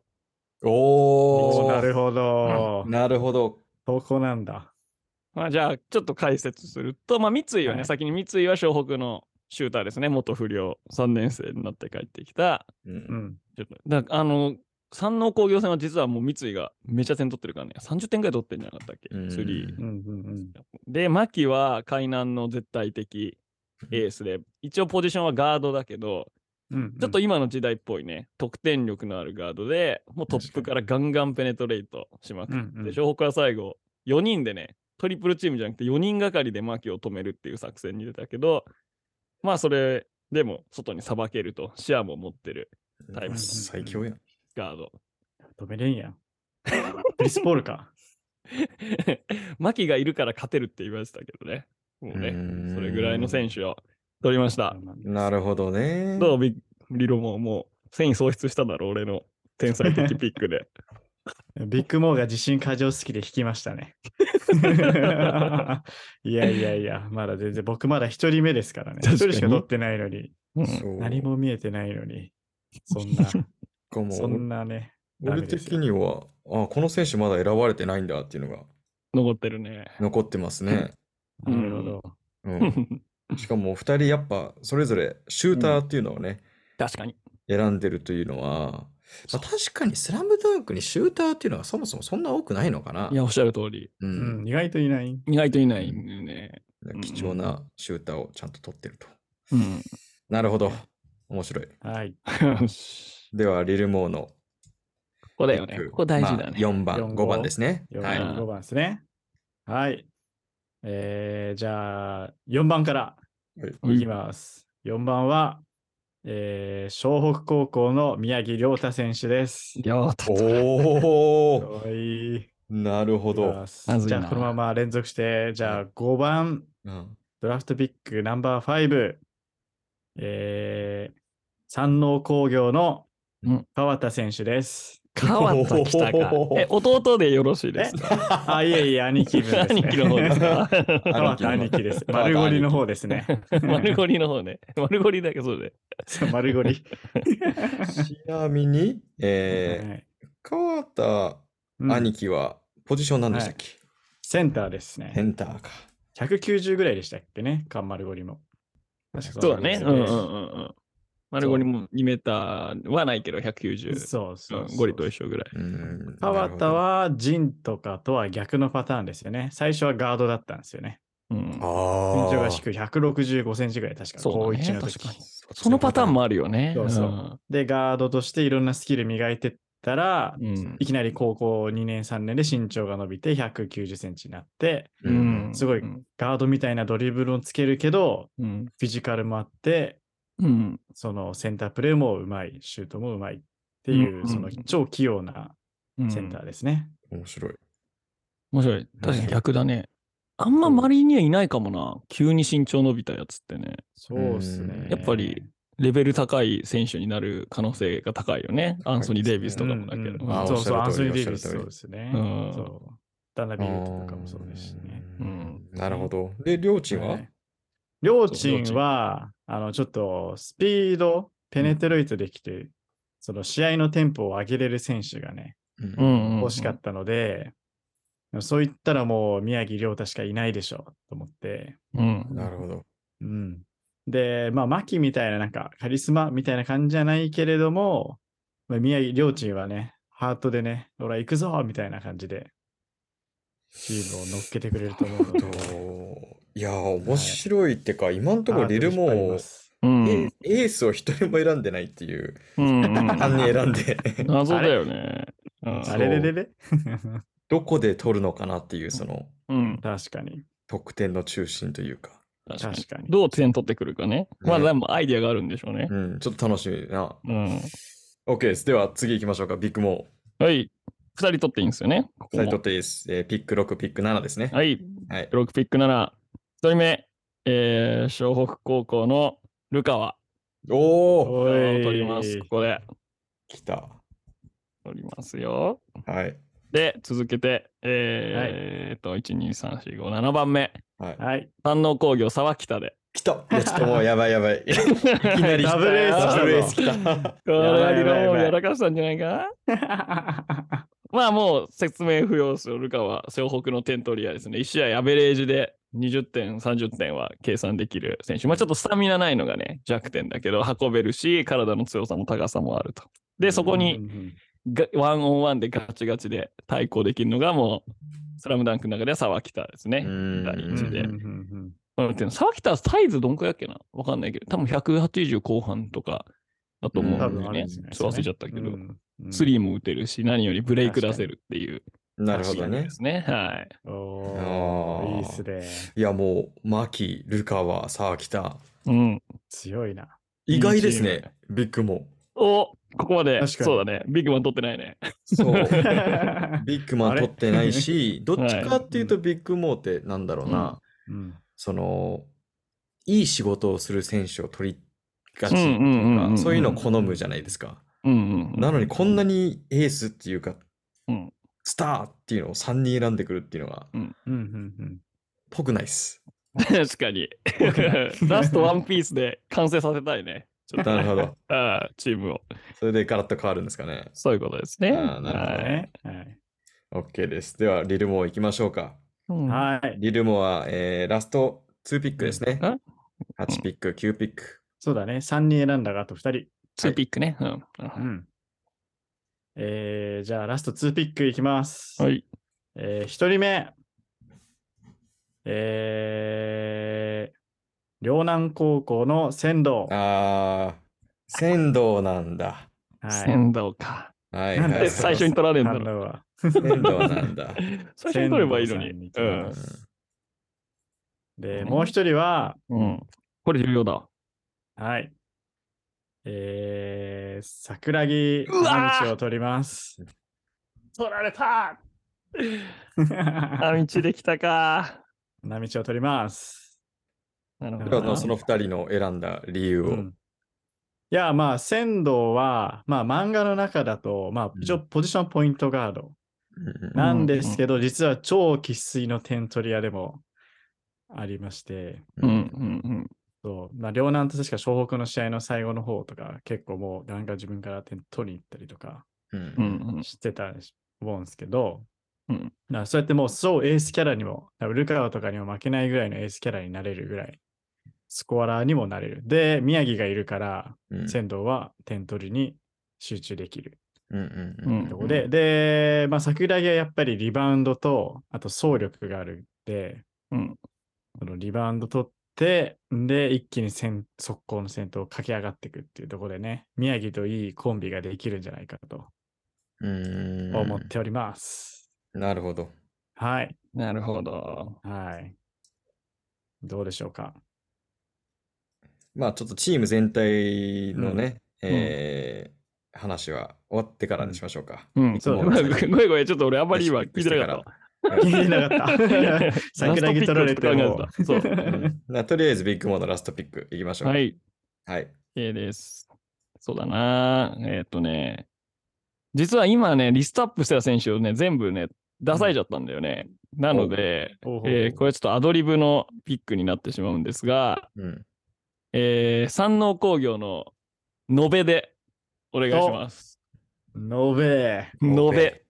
[SPEAKER 1] お
[SPEAKER 3] お
[SPEAKER 1] お。
[SPEAKER 3] ーなるほど。
[SPEAKER 1] なるほど。
[SPEAKER 3] そこなんだ。
[SPEAKER 2] まあ、じゃあ、ちょっと解説すると、まあ、三井はね、
[SPEAKER 3] はい
[SPEAKER 2] 先に三井は湘北のシューターですね。元不良、3年生になって帰ってきた。
[SPEAKER 1] う。
[SPEAKER 3] うんん。
[SPEAKER 2] ちょっとだあの、山王工業戦は実はもう三井がめちゃ点取ってるからね、30点ぐらい取ってんじゃなかったっけ、
[SPEAKER 1] うん
[SPEAKER 2] スリー
[SPEAKER 3] うんうん
[SPEAKER 2] で、牧は海南の絶対的エースで、一応ポジションはガードだけど、
[SPEAKER 3] うんうん。
[SPEAKER 2] ちょっと今の時代っぽいね、得点力のあるガードで、もうトップからガンガンペネトレートしまく
[SPEAKER 3] うんう
[SPEAKER 2] っ
[SPEAKER 3] ん
[SPEAKER 2] て、湘北は最後、4人でね、トリプルチームじゃなくて4人がかりでマキを止めるっていう作戦に出たけど、まあそれでも外にさばけると、視野も持ってるタイプの
[SPEAKER 1] 最強やん。
[SPEAKER 2] ガード。
[SPEAKER 3] 止めれんやん。クリス・ポー ルか。
[SPEAKER 2] マキがいるから勝てるって言われてたけどね、もう
[SPEAKER 1] うー
[SPEAKER 2] ね、
[SPEAKER 1] ん
[SPEAKER 2] それぐらいの選手を取りました。
[SPEAKER 1] なるほどね。
[SPEAKER 2] どうビリロももう、戦意喪失しただろ、俺の天才的ピック で。
[SPEAKER 3] ビッグモーが自信過剰すぎて引きまし たね。いやいやいや、まだ全然僕まだ一人目ですからね。
[SPEAKER 2] 確か
[SPEAKER 3] 一
[SPEAKER 2] に
[SPEAKER 3] 人しか取ってないのに、
[SPEAKER 1] そう
[SPEAKER 3] 何も見えてないのに、そんな、
[SPEAKER 1] かも
[SPEAKER 3] そんなね。ダメ
[SPEAKER 1] 俺
[SPEAKER 3] です
[SPEAKER 1] 的
[SPEAKER 3] よ
[SPEAKER 1] には、あ、この選手まだ選ばれてないんだっていうのが
[SPEAKER 2] 残ってるね。
[SPEAKER 1] 残ってますね。
[SPEAKER 2] うん
[SPEAKER 3] なるほど。
[SPEAKER 1] うん、しかも、二人やっぱそれぞれシューターっていうのをね、
[SPEAKER 2] 確かに。
[SPEAKER 1] 選んでるというのは、まあ、確かにスラムダンクにシューターっていうのはそもそもそんな多くないのかな。
[SPEAKER 2] いや、おっしゃる通り。
[SPEAKER 1] う
[SPEAKER 3] うんん、意外といない。
[SPEAKER 2] 意外といないんだよね。ん
[SPEAKER 1] 貴重なシューターをちゃんと取ってると。
[SPEAKER 2] うん。
[SPEAKER 1] なるほど。面白い。
[SPEAKER 3] はい。
[SPEAKER 2] よし
[SPEAKER 1] では、リルモーの
[SPEAKER 2] ここだよね。
[SPEAKER 1] 六
[SPEAKER 2] ここ大事だ
[SPEAKER 1] まあ
[SPEAKER 2] ね。
[SPEAKER 1] 4番、
[SPEAKER 3] 四
[SPEAKER 1] 5番ですね。
[SPEAKER 3] 4
[SPEAKER 1] はい。
[SPEAKER 3] 番、5番ですね。はい。えー、じゃあ、4番から
[SPEAKER 2] うん
[SPEAKER 3] いきます。4番は、えー、湘北高校の宮城亮太選手です。
[SPEAKER 2] よーっと。
[SPEAKER 1] おお、
[SPEAKER 3] はい。
[SPEAKER 1] なるほ
[SPEAKER 3] いき
[SPEAKER 1] ど
[SPEAKER 3] ま。
[SPEAKER 2] まず
[SPEAKER 3] す
[SPEAKER 2] い
[SPEAKER 3] じ
[SPEAKER 2] な
[SPEAKER 3] ゃあ、このまま連続して、じゃあ、5番、
[SPEAKER 1] うん
[SPEAKER 3] ドラフトピックナンバー5、えー、山王工業の
[SPEAKER 2] うん
[SPEAKER 3] 川田選手です。
[SPEAKER 2] 川田来たか。え、弟でよろしいですか
[SPEAKER 3] あ、いえいえ、兄貴分です、ね。
[SPEAKER 2] 兄貴の方ですか
[SPEAKER 3] 川田兄貴です。
[SPEAKER 1] 川田兄貴
[SPEAKER 3] 丸ゴリの方ですね。
[SPEAKER 2] 丸ゴリの方ね。丸ゴリだけそうで。
[SPEAKER 3] そう丸ゴリ。
[SPEAKER 1] ちなみに、え
[SPEAKER 3] はい
[SPEAKER 1] ー、川田
[SPEAKER 3] うん
[SPEAKER 1] 兄貴はポジションなんでしたっけ、
[SPEAKER 3] センターです
[SPEAKER 1] セ
[SPEAKER 3] ね。
[SPEAKER 1] ンターか。
[SPEAKER 3] 190ぐらいでしたっけね、カンマルゴリも。確か
[SPEAKER 2] そうだね。うん
[SPEAKER 3] そ
[SPEAKER 2] うんう
[SPEAKER 3] な
[SPEAKER 2] ん
[SPEAKER 3] ですよ
[SPEAKER 2] んうん。丸ゴリも2メーターはないけど、190。
[SPEAKER 3] そうそう
[SPEAKER 2] う
[SPEAKER 3] そ
[SPEAKER 2] ん
[SPEAKER 3] う。
[SPEAKER 2] ゴリと一緒ぐらい。
[SPEAKER 1] うん
[SPEAKER 3] 川田、はジンとかとは逆のパターンですよね。最初はガードだったんですよね。
[SPEAKER 2] うん
[SPEAKER 1] なるほ
[SPEAKER 3] 身
[SPEAKER 1] どああ。
[SPEAKER 3] 長が低い165センチぐらい確か
[SPEAKER 2] そう
[SPEAKER 3] 高
[SPEAKER 2] だね
[SPEAKER 3] 一の時
[SPEAKER 2] 確かにそのパターンもあるよね。
[SPEAKER 3] そうそうで、ガードとしていろんなスキル磨いてったら、
[SPEAKER 2] うんうん
[SPEAKER 3] いきなり高校2年3年で身長が伸びて190センチになって、
[SPEAKER 1] う。
[SPEAKER 2] うんん
[SPEAKER 3] すごいガードみたいなドリブルをつけるけど、
[SPEAKER 2] うん。
[SPEAKER 3] フィジカルもあって、
[SPEAKER 2] うん。
[SPEAKER 3] そのセンタープレーもうまい、シュートもうまいっていう、
[SPEAKER 2] うん
[SPEAKER 3] その超器用なセンターですね。
[SPEAKER 1] 面白い。
[SPEAKER 2] 面白い。確かに逆だね。あんま周りにはいないかもな。急に身長伸びたやつってね。
[SPEAKER 3] そうっす
[SPEAKER 1] う。
[SPEAKER 3] ね
[SPEAKER 1] ん
[SPEAKER 2] やっぱりレベル高い選手になる可能性が高いよね。アンソニー・デイビスとかもだけ
[SPEAKER 3] うん
[SPEAKER 2] ど。
[SPEAKER 3] うん
[SPEAKER 1] あ
[SPEAKER 3] そうそう、
[SPEAKER 1] お
[SPEAKER 3] ア
[SPEAKER 1] っ
[SPEAKER 3] ン
[SPEAKER 1] しゃ
[SPEAKER 3] ソ
[SPEAKER 1] る
[SPEAKER 3] ニ
[SPEAKER 1] 通り
[SPEAKER 3] ー・デイビスそうですね。
[SPEAKER 2] うん
[SPEAKER 3] そう。ダンナビルトとかもそうですしね。
[SPEAKER 1] う
[SPEAKER 2] うんん。
[SPEAKER 1] なるほど。で、りょうちんは、
[SPEAKER 3] はい両親は、あの、ちょっとスピード、ペネテロイトできて、その試合のテンポを上げれる選手がね、
[SPEAKER 1] うん
[SPEAKER 2] うん
[SPEAKER 3] 欲しかったので、そう言ったらもう宮城亮太しかいないでしょうと思って、
[SPEAKER 2] た。うん。
[SPEAKER 1] なるほど。
[SPEAKER 3] うん。で、まあ、牧みたいな、なんか、カリスマみたいな感じじゃないけれども、まあ、宮城亮チはね、ハートでね、俺は行くぞみたいな感じで、チームを乗っけてくれると思うの
[SPEAKER 1] ど
[SPEAKER 3] で、
[SPEAKER 1] ういやー、面白いってか、今のところリル
[SPEAKER 3] ハートで引っ張
[SPEAKER 1] も
[SPEAKER 3] りま
[SPEAKER 1] う
[SPEAKER 3] す
[SPEAKER 2] うん。
[SPEAKER 1] エエースを一人も選んでないっていう、
[SPEAKER 2] うん
[SPEAKER 1] 単に選ん で、
[SPEAKER 2] 謎だよね。うん
[SPEAKER 1] そう
[SPEAKER 3] あれれれれ
[SPEAKER 1] どこで取るのかなっていう、その、
[SPEAKER 2] うん。
[SPEAKER 3] 確かに。
[SPEAKER 1] 得点の中心というか、
[SPEAKER 2] 確かに
[SPEAKER 3] 確。かに。
[SPEAKER 2] どう点取ってくるかね。まあでもアイデアがあるんでしょうね
[SPEAKER 1] う。ん、ちょっと楽しみな。
[SPEAKER 2] うん。
[SPEAKER 1] OK です。では、次行きましょうか。ビッグモ
[SPEAKER 2] はい。二人取っていいんですよね。
[SPEAKER 1] ー。
[SPEAKER 2] ここ
[SPEAKER 1] サ
[SPEAKER 2] も
[SPEAKER 1] イトテイス、えーピック6、ピック7ですね。
[SPEAKER 2] はい。
[SPEAKER 1] はい。
[SPEAKER 2] ブロックピック7。一人目、えー、湘北高校のルカワ。
[SPEAKER 1] おー、
[SPEAKER 2] を
[SPEAKER 3] おい
[SPEAKER 2] 取ります。ここで
[SPEAKER 1] 来た。
[SPEAKER 2] 取りますよ。
[SPEAKER 1] はい。
[SPEAKER 2] で、続けて、えーえーっと、1、2、3、4、5、7番目。
[SPEAKER 1] はい。
[SPEAKER 3] はい。
[SPEAKER 2] 山王工業沢北で。
[SPEAKER 1] 来た。いや、ちょっともうやばいやばい。いきなり来た。
[SPEAKER 3] ダブルエース来たぞ
[SPEAKER 1] ダブルエース来た。
[SPEAKER 2] これ
[SPEAKER 3] ばいやばいやばい
[SPEAKER 2] もうやらかしたんじゃないかまあもう説明不要ですよ。ルカは湘北の点取り屋ですね。1試合アベレージで20点、30点は計算できる選手。まあちょっとスタミナない のがね、弱点だけど、運べるし、体の強さも高さもあると。で、そこに
[SPEAKER 3] うん
[SPEAKER 2] がワンオンワンでガチガチで対抗できるのがもう、スラムダンクの中では沢北ですね。第
[SPEAKER 3] うん
[SPEAKER 2] 一で
[SPEAKER 3] うんうん
[SPEAKER 2] この手の沢北はサイズどんくらいだっけなわかんないけど、多分180後半とかだと思う
[SPEAKER 3] う
[SPEAKER 2] んん
[SPEAKER 1] 多
[SPEAKER 2] だよ
[SPEAKER 3] る
[SPEAKER 2] ね。
[SPEAKER 3] じゃないです
[SPEAKER 2] そ
[SPEAKER 3] か
[SPEAKER 2] う
[SPEAKER 3] ね
[SPEAKER 2] 忘れちゃったけど、
[SPEAKER 3] うんうん
[SPEAKER 2] スリーも打てるし、何よりブレイク出せるっていう。
[SPEAKER 1] なるほどね
[SPEAKER 2] で。すね。はい。
[SPEAKER 3] おー
[SPEAKER 1] あー
[SPEAKER 3] いいっすね。
[SPEAKER 1] いやもう、牧、ルカワ、沢北。
[SPEAKER 2] うん。
[SPEAKER 3] 強いな。
[SPEAKER 1] 意外です
[SPEAKER 2] いいチー
[SPEAKER 1] ね、ビッグも。
[SPEAKER 2] おここまで、
[SPEAKER 3] 確かに
[SPEAKER 2] そうだね。ビッグマン取ってないね。
[SPEAKER 1] そう。
[SPEAKER 3] う
[SPEAKER 1] ビッグマン取ってないし、どっちかっていうと
[SPEAKER 3] う
[SPEAKER 1] ビッグモーってなんだろうな、
[SPEAKER 2] うん
[SPEAKER 3] ん
[SPEAKER 1] その、いい仕事をする選手を取りがちと
[SPEAKER 2] うんうんうんうんう
[SPEAKER 1] か、
[SPEAKER 2] ん
[SPEAKER 1] そういうのを好むじゃないですか。
[SPEAKER 2] うんうんうん。
[SPEAKER 1] なのにこんなにエースっていうか、
[SPEAKER 2] うん
[SPEAKER 1] スターっていうのを3人選んでくるっていうのが、
[SPEAKER 3] うんうん
[SPEAKER 1] ぽくないっす。
[SPEAKER 2] 確かに。 ラストワンピースで完成させたいね。ちょっと
[SPEAKER 1] なるほど。
[SPEAKER 2] あーチームを。
[SPEAKER 1] それでガラッと変わるんですかね。
[SPEAKER 2] そういうことですね。
[SPEAKER 1] あーなるほど
[SPEAKER 3] うん。
[SPEAKER 2] はい
[SPEAKER 3] ねはい。
[SPEAKER 1] OK です。では、リルモー行きましょうか。
[SPEAKER 2] うん
[SPEAKER 3] はい。
[SPEAKER 1] リルモは、えーラスト2ピックですね。
[SPEAKER 2] うん
[SPEAKER 1] 8ピック、9ピック。
[SPEAKER 3] そうだね。3人選んだがあと2人。
[SPEAKER 2] ツーピックね。うん
[SPEAKER 3] うん。えー、じゃあラスト2ピックいきます。
[SPEAKER 2] はい。
[SPEAKER 3] えー、1人目。えー、両南高校の仙道。
[SPEAKER 1] あー、仙道なんだ。
[SPEAKER 3] はい。
[SPEAKER 2] 仙道か。
[SPEAKER 1] はい
[SPEAKER 3] なん
[SPEAKER 1] はいは
[SPEAKER 3] で
[SPEAKER 1] い。
[SPEAKER 2] え最初に取られるんだ
[SPEAKER 3] 仙
[SPEAKER 2] ろう。
[SPEAKER 3] 道は。
[SPEAKER 1] 仙道なん だ。
[SPEAKER 2] 最初に取ればいいの
[SPEAKER 3] 仙
[SPEAKER 2] に
[SPEAKER 3] 道。さ
[SPEAKER 2] うん
[SPEAKER 3] に
[SPEAKER 2] ん
[SPEAKER 3] 行きますで、もう1人は、
[SPEAKER 2] うん。これ重要だ。
[SPEAKER 3] はい。えー、桜木
[SPEAKER 2] うわー
[SPEAKER 3] 花道を取ります。
[SPEAKER 2] 取られた あ、道できたか。
[SPEAKER 3] 花道を取ります。
[SPEAKER 2] なる
[SPEAKER 1] では
[SPEAKER 2] ほど
[SPEAKER 3] あ
[SPEAKER 1] も
[SPEAKER 2] な。
[SPEAKER 1] うその二人の選んだ理由を。
[SPEAKER 3] うんいや、まあ、仙道は、まあ、漫画の中だと、まあ、
[SPEAKER 1] ん
[SPEAKER 3] 一応、ポジションポイントガード
[SPEAKER 1] うん
[SPEAKER 3] なんですけど、実は超生粋の点取り屋でもありまして、
[SPEAKER 2] うんうんうん。
[SPEAKER 3] そうまあ、両南と確か湘北の試合の最後の方とか、結構もう、なんか自分から点取りに行ったりとか、
[SPEAKER 1] うん
[SPEAKER 2] うんうん
[SPEAKER 3] 知ってたし思うんですけど、
[SPEAKER 2] うん
[SPEAKER 3] だからそうやってもうそうエースキャラにも、だからルカワとかにも負けないぐらいのエースキャラになれるぐらい、スコアラーにもなれる。で、宮城がいるから、
[SPEAKER 1] うん
[SPEAKER 3] 仙道は点取りに集中できる
[SPEAKER 1] うん
[SPEAKER 2] う
[SPEAKER 1] うん
[SPEAKER 2] ん
[SPEAKER 3] とこで、で、まあ、桜木はやっぱりリバウンドと、あと走力があるんで、
[SPEAKER 2] うん
[SPEAKER 3] そのリバウンド取って、で、一気に先速攻の先頭を駆け上がっていくっていうところでね、宮城といいコンビができるんじゃないかと
[SPEAKER 1] うん
[SPEAKER 3] 思っております。
[SPEAKER 1] なるほど。
[SPEAKER 3] はい。
[SPEAKER 2] なるほど。
[SPEAKER 3] はい。どうでしょうか。
[SPEAKER 1] まあちょっとチーム全体のね、えー話は終わってからにしましょうか。
[SPEAKER 2] うん。
[SPEAKER 1] そう
[SPEAKER 2] ごめんごめんごめん。ちょっと俺あんまり今
[SPEAKER 1] レシ
[SPEAKER 2] 聞
[SPEAKER 1] ピ
[SPEAKER 2] いてなかった。
[SPEAKER 3] 聞いて なかった。桜
[SPEAKER 2] 桜
[SPEAKER 3] 木
[SPEAKER 2] 木
[SPEAKER 3] 取
[SPEAKER 2] 取
[SPEAKER 3] ら
[SPEAKER 2] ら
[SPEAKER 3] れ
[SPEAKER 2] れ
[SPEAKER 3] て
[SPEAKER 2] て
[SPEAKER 3] も
[SPEAKER 2] も。そう
[SPEAKER 1] うんなとりあえずビッグモーのラストピックいきましょう。
[SPEAKER 2] は。い。
[SPEAKER 1] はい。
[SPEAKER 2] A です。そうだな。えーっとね。実は今ね、リストアップしてた選手をね、全部ね、出されちゃったんだよね。なので、
[SPEAKER 3] ほうほうほう
[SPEAKER 2] えーこれちょっとアドリブのピックになってしまうんですが、
[SPEAKER 1] うん
[SPEAKER 2] えー、山王工業の延べでお願いします。
[SPEAKER 3] ノベ
[SPEAKER 1] お
[SPEAKER 2] 延べ。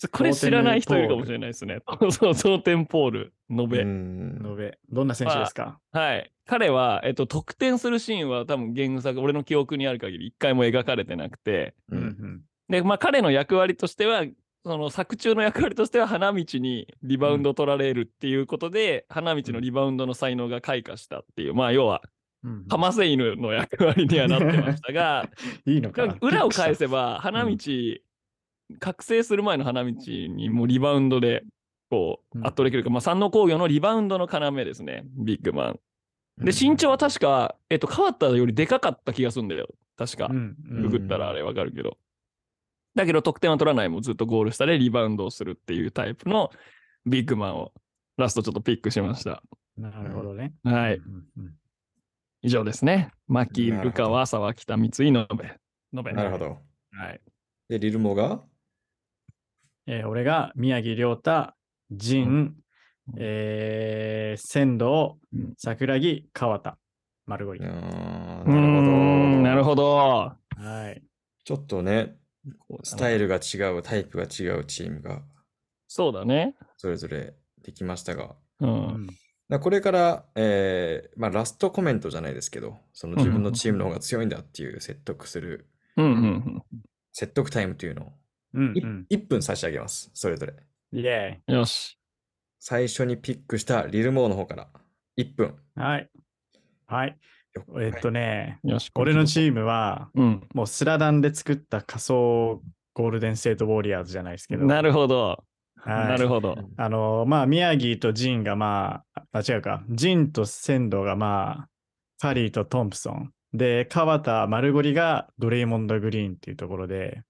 [SPEAKER 2] ちょこれ知らない人いるかもしれないですね。そう、蒼天ポール、延べ。
[SPEAKER 1] うん
[SPEAKER 3] ノベどんな選手ですか
[SPEAKER 2] はい。彼は、えっと、得点するシーンは多分原作、俺の記憶にある限り一回も描かれてなくて、
[SPEAKER 1] う
[SPEAKER 3] うんん
[SPEAKER 2] で、まあ彼の役割としては、その作中の役割としては花道にリバウンドを取られるっていうことで、花道のリバウンドの才能が開花したっていう、まあ要は、
[SPEAKER 3] うん
[SPEAKER 2] ハマセイヌの役割にはなってました が、
[SPEAKER 3] いいのかな
[SPEAKER 2] 裏を返せば、花道、
[SPEAKER 3] うん
[SPEAKER 2] 覚醒する前の花道にもうリバウンドで、こう
[SPEAKER 3] う、ん
[SPEAKER 2] 圧倒できるか、まあ、山王工業のリバウンドの要ですね、ビッグマン。
[SPEAKER 1] うん
[SPEAKER 2] で、身長は確か、えっと、変わったよりでかかった気がするんだよ。確か
[SPEAKER 3] う。ん
[SPEAKER 2] ググったらあれわかるけど。だけど、得点は取らない、もうずっとゴール下でリバウンドをするっていうタイプのビッグマンを、ラストちょっとピックしました。
[SPEAKER 3] なるほどね。
[SPEAKER 2] はい。
[SPEAKER 3] うんうん
[SPEAKER 2] 以上ですね。牧、
[SPEAKER 1] なるほど
[SPEAKER 2] ルカワ、沢北、三井、延べ。延べね
[SPEAKER 1] なるほど。
[SPEAKER 2] はい。
[SPEAKER 1] で、リルモが
[SPEAKER 3] えー俺が宮城亮太、陣
[SPEAKER 2] うん、
[SPEAKER 3] えー仙道
[SPEAKER 2] うん、
[SPEAKER 3] 桜木、川田、丸
[SPEAKER 1] う
[SPEAKER 3] 堀
[SPEAKER 1] ー。ん
[SPEAKER 2] うーん
[SPEAKER 1] な
[SPEAKER 2] な
[SPEAKER 1] る
[SPEAKER 2] る
[SPEAKER 1] ほど。
[SPEAKER 2] ほど。
[SPEAKER 3] はい。
[SPEAKER 1] ちょっとね、スタイルが違う、タイプが違うチームが
[SPEAKER 2] そうだね。
[SPEAKER 1] それぞれできましたが、
[SPEAKER 2] う。
[SPEAKER 3] うんん
[SPEAKER 1] なこれから、えーまあ、ラストコメントじゃないですけど、その自分のチームの方が強いんだっていう説得する
[SPEAKER 2] うんうん
[SPEAKER 1] 説得タイムというのを
[SPEAKER 3] うん、
[SPEAKER 1] い
[SPEAKER 3] うん。
[SPEAKER 1] 1分差し上げます。それぞれ。
[SPEAKER 3] イェ
[SPEAKER 2] よし。
[SPEAKER 1] 最初にピックしたリルモーの方から1分。
[SPEAKER 3] ーイ。はい。はい。
[SPEAKER 1] よ
[SPEAKER 3] えっとね、
[SPEAKER 2] よし。
[SPEAKER 3] 俺のチームは、
[SPEAKER 2] うん。
[SPEAKER 3] もうスラダンで作った仮想ゴールデン・ステート・ウォリアーズじゃないですけど。
[SPEAKER 2] なるほど。
[SPEAKER 3] はい
[SPEAKER 2] なるほど。
[SPEAKER 3] あの、まあ、宮城とジンがまあ、あ、違うか、ジンと仙道がまあ、カリーとトンプソン。で、川田、丸ゴリがドレイモンド・グリーンっていうところで、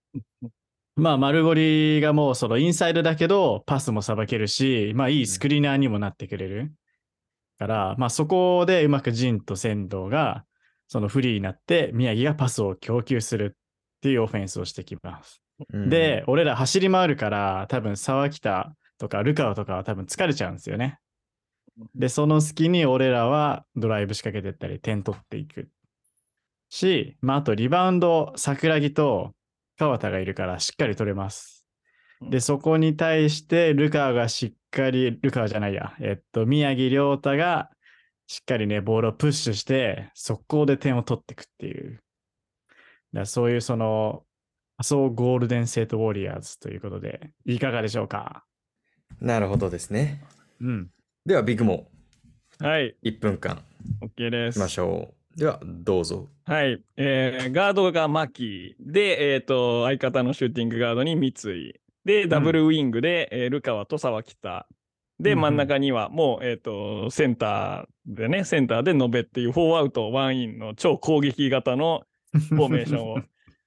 [SPEAKER 3] まあ、丸ゴリがもうそのインサイドだけど、パスもさばけるし、まあ、いいスクリーナーにもなってくれる。から、まあ、そこでうまくジンと仙道が、そのフリーになって、宮城がパスを供給するっていうオフェンスをしてきま
[SPEAKER 1] う
[SPEAKER 3] す。
[SPEAKER 1] ん
[SPEAKER 3] で、、俺ら走り回るから、多分沢北とかルカワとかは多分疲れちゃうんですよね。で、その隙に俺らはドライブ仕掛けてったり、点取っていく。し、まあ、あとリバウンド、桜木と川田がいるからしっかり取れます。で、そこに対してルカワがしっかり、ルカワじゃないや、えっと、宮城亮太がしっかりね、ボールをプッシュして、速攻で点を取っていくっていう。だからそういうその、そうゴールデン・セート・ウォリアーズということで、いかがでしょうか
[SPEAKER 1] なるほどですね。
[SPEAKER 3] うん。
[SPEAKER 1] では、ビッグモ
[SPEAKER 2] はい。
[SPEAKER 1] ー1分間
[SPEAKER 2] OK で。
[SPEAKER 1] いきますしょう。では、どうぞ。
[SPEAKER 2] はい。えーガードがマキで、えっ、と、相方のシューティングガードに三井。で、ダブルウィングで、えールカワと沢北。で、
[SPEAKER 3] うんうん
[SPEAKER 2] 真ん中にはもう、えっ、と、センターでね、センターで延べっていう、フォーアウト、ワンインの超攻撃型 のフォーメーションを、ち